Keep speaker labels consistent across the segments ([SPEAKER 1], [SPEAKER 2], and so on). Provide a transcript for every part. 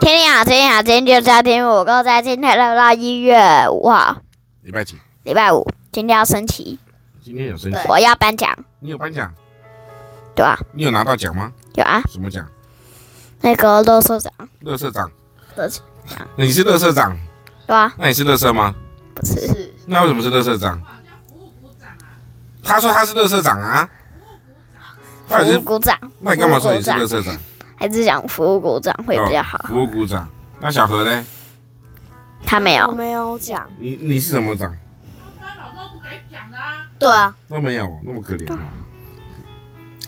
[SPEAKER 1] 天天好，天天好，今天就要听我够在今天录到一月五号，
[SPEAKER 2] 礼拜几？
[SPEAKER 1] 礼拜五，今天要升旗，
[SPEAKER 2] 今天有升旗，
[SPEAKER 1] 我要颁奖，
[SPEAKER 2] 你有颁奖？
[SPEAKER 1] 对啊，
[SPEAKER 2] 你有拿到奖吗？
[SPEAKER 1] 有啊，
[SPEAKER 2] 什么奖？
[SPEAKER 1] 那个乐社长，
[SPEAKER 2] 乐社长。
[SPEAKER 1] 乐社
[SPEAKER 2] 你是乐社长？
[SPEAKER 1] 对啊，
[SPEAKER 2] 那你是乐社吗？
[SPEAKER 1] 不是，
[SPEAKER 2] 那为什么是乐社长？他说他是乐社长啊。到底
[SPEAKER 1] 服务
[SPEAKER 2] 是
[SPEAKER 1] 股长，
[SPEAKER 2] 那你干嘛说你是
[SPEAKER 1] 服务
[SPEAKER 2] 乐
[SPEAKER 1] 股长？
[SPEAKER 2] 社长？
[SPEAKER 1] 还是讲服务股长会比较好？
[SPEAKER 2] 哦服务股长。那小何呢？
[SPEAKER 1] 他没
[SPEAKER 3] 我
[SPEAKER 1] 有，
[SPEAKER 3] 没有讲。
[SPEAKER 2] 你你是什么长？
[SPEAKER 3] 对啊，
[SPEAKER 2] 都没有，那么可怜。啊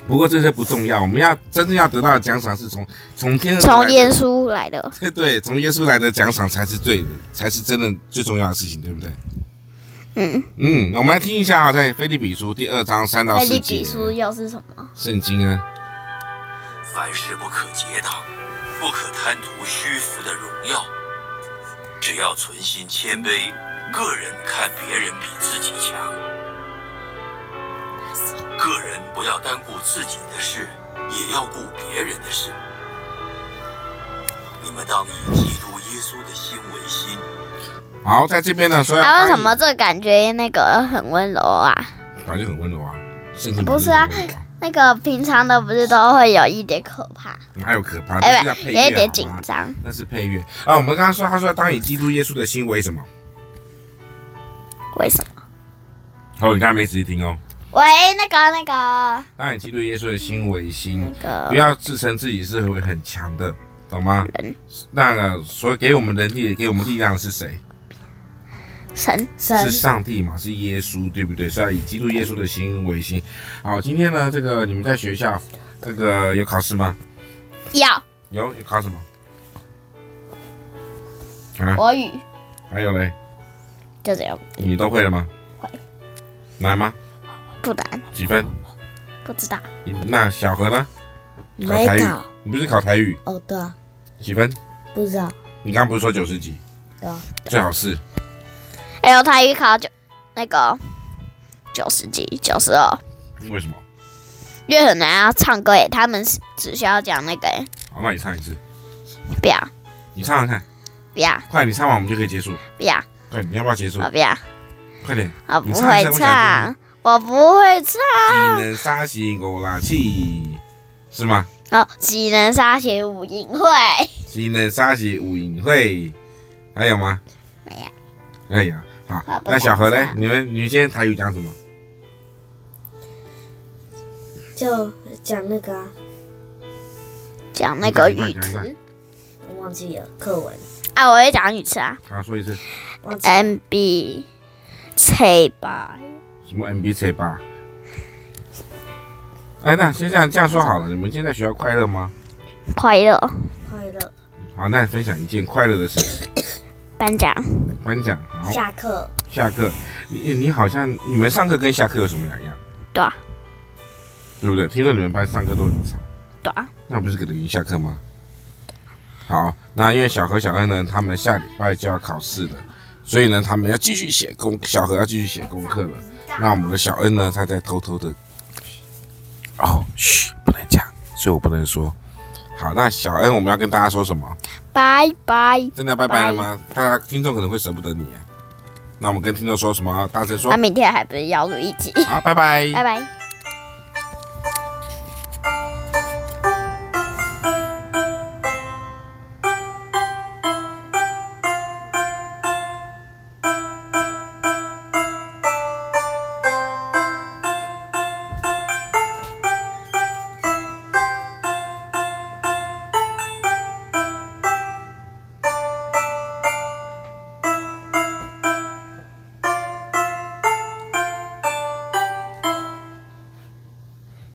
[SPEAKER 2] 不过这些不重要，我们要真正要得到的奖赏是从从天而来
[SPEAKER 1] 从
[SPEAKER 2] 的
[SPEAKER 1] 耶稣来的，
[SPEAKER 2] 对，从耶稣来的奖赏才是最，才是真的最重要的事情，对不对？
[SPEAKER 1] 嗯，
[SPEAKER 2] 嗯，我们来听一下啊，在《菲利比书》第二章三到
[SPEAKER 1] 那
[SPEAKER 2] 四
[SPEAKER 1] 利
[SPEAKER 2] 节
[SPEAKER 1] 比，书又是什么？
[SPEAKER 2] 圣经啊，
[SPEAKER 4] 凡事不可结党，不可贪图虚浮的荣耀，只要存心谦卑，个人看别人比自己强。个人不要单顾自己的事，也要顾别人的事。你们当以基督耶稣的心为心，
[SPEAKER 2] 好，在这边呢说要
[SPEAKER 1] 他
[SPEAKER 2] 爱
[SPEAKER 1] 为什么这感觉那个很温柔啊？
[SPEAKER 2] 反正很温柔啊，圣经
[SPEAKER 1] 不是啊
[SPEAKER 2] 很温柔，
[SPEAKER 1] 那个平常的不是都会有一点可怕，
[SPEAKER 2] 哪嗯有可怕？
[SPEAKER 1] 哎，
[SPEAKER 2] 那是
[SPEAKER 1] 不
[SPEAKER 2] 要配
[SPEAKER 1] 对，
[SPEAKER 2] 乐
[SPEAKER 1] 有一点紧
[SPEAKER 2] 好吗
[SPEAKER 1] 张，
[SPEAKER 2] 那是配乐啊。我们刚刚说，他说当以基督耶稣的心为什么？
[SPEAKER 1] 为什么？
[SPEAKER 2] 哦，你刚才没仔细听哦。
[SPEAKER 1] 喂，那个那个
[SPEAKER 2] 当以基督耶稣的心为心
[SPEAKER 1] 那，个
[SPEAKER 2] 不要自称自己是会很强的，懂吗
[SPEAKER 1] 人？
[SPEAKER 2] 那个所给我们能力、给我们力量的是谁？
[SPEAKER 1] 神
[SPEAKER 2] 呃是上帝嘛，是耶稣，对不对？是要以基督耶稣的心为心。好，今天呢，这个你们在学校这个有考试吗？
[SPEAKER 1] 要
[SPEAKER 2] 有，有考什么？
[SPEAKER 1] 国语
[SPEAKER 2] 还有嘞，
[SPEAKER 1] 就这样，
[SPEAKER 2] 你都会了吗？
[SPEAKER 1] 会。
[SPEAKER 2] 难吗？
[SPEAKER 1] 不然
[SPEAKER 2] 几分？
[SPEAKER 1] 不知道
[SPEAKER 2] 你那小何呢？考
[SPEAKER 3] 没
[SPEAKER 2] 台语
[SPEAKER 3] 搞。
[SPEAKER 2] 你不是考台语
[SPEAKER 3] 哦，对啊，
[SPEAKER 2] 几分？
[SPEAKER 3] 不知道。
[SPEAKER 2] 你刚刚不是说九十几？
[SPEAKER 3] 对啊。
[SPEAKER 2] 最好是
[SPEAKER 1] 还有台语考九那个九十几、九十二，
[SPEAKER 2] 为什么？
[SPEAKER 1] 因为很难要唱歌诶，他们是只需要讲那个诶，
[SPEAKER 2] 好，那你唱一次，
[SPEAKER 1] 不要
[SPEAKER 2] 你唱唱看，
[SPEAKER 1] 不要
[SPEAKER 2] 快，你唱完我们就可以结束。
[SPEAKER 1] 不要，
[SPEAKER 2] 快，你要不要结束？
[SPEAKER 1] 我不要，
[SPEAKER 2] 快点！
[SPEAKER 1] 我
[SPEAKER 2] 你
[SPEAKER 1] 啊不
[SPEAKER 2] 唱
[SPEAKER 1] 会
[SPEAKER 2] 一下我想
[SPEAKER 1] 唱，我不会唱。
[SPEAKER 2] 听。技能杀醒我啦气，是吗？
[SPEAKER 1] 哦，技能杀写五音会，
[SPEAKER 2] 技能杀醒五影会，还有吗？
[SPEAKER 1] 没
[SPEAKER 2] 有。哎呀，好
[SPEAKER 1] 好，
[SPEAKER 2] 那小何
[SPEAKER 1] 不啊
[SPEAKER 2] 呢
[SPEAKER 1] 讲？
[SPEAKER 2] 你们，你们今天台语讲什么？
[SPEAKER 3] 就讲那个啊，
[SPEAKER 1] 讲那个
[SPEAKER 2] 你讲
[SPEAKER 1] 语
[SPEAKER 2] 你讲你
[SPEAKER 1] 词
[SPEAKER 3] 我忘记了课文，
[SPEAKER 1] 啊，我会讲语词啊
[SPEAKER 2] 啊，说一次，
[SPEAKER 3] 忘记了
[SPEAKER 1] ，M B C 吧，
[SPEAKER 2] 什么 MBC 八？哎，那先这样这样说好了，你们现在学校快乐吗？
[SPEAKER 1] 快乐
[SPEAKER 3] 快乐。
[SPEAKER 2] 好，那分享一件快乐的事情，
[SPEAKER 1] 颁奖，
[SPEAKER 2] 颁奖。好，
[SPEAKER 3] 下课
[SPEAKER 2] 下课，你你好像你们上课跟下课有什么两样？
[SPEAKER 1] 对啊
[SPEAKER 2] 对不对？听说你们班上课都很长，
[SPEAKER 1] 对啊，
[SPEAKER 2] 那不是等于下课吗？好，那因为小何、小恩呢，他们下礼拜就要考试了，所以呢，他们要继续写功，小何要继续写功课了。那我们的小恩呢，他在偷偷的，哦，嘘，不能讲，所以我不能说。好，那小恩，我们要跟大家说什么？
[SPEAKER 1] 拜拜，
[SPEAKER 2] 真的要拜拜了吗？大家听众可能会舍不得你。啊那我们跟听众说什么？大声说
[SPEAKER 1] 那，明天还不是要录一集，
[SPEAKER 2] 好，拜拜。
[SPEAKER 1] 拜拜。